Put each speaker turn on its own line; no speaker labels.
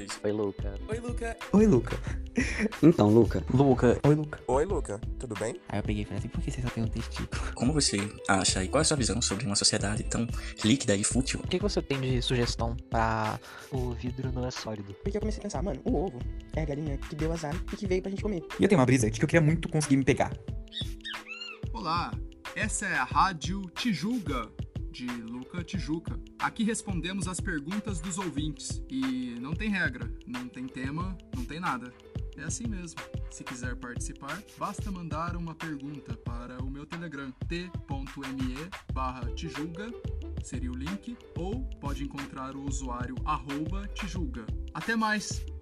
isso. Oi, Luca.
Oi, Luca.
Oi, Luca. Então, Luca.
Luca.
Oi, Luca.
Oi, Luca. Tudo bem?
Aí eu peguei e falei assim, por que você só tem um testículo?
Como você acha e qual é a sua visão sobre uma sociedade tão líquida e fútil?
O que que você tem de sugestão pra o vidro não é sólido?
Porque eu comecei a pensar, mano, o ovo é a galinha que deu azar e que veio pra gente comer.
E eu tenho uma brisa de que eu queria muito conseguir me pegar.
Olá, essa é a Rádio Tijuga, de Luca Tijuca. Aqui respondemos as perguntas dos ouvintes. E não tem regra, não tem tema, não tem nada. É assim mesmo. Se quiser participar, basta mandar uma pergunta para o meu Telegram t.me barra Tijuga, seria o link, ou pode encontrar o usuário arroba Tijuga. Até mais!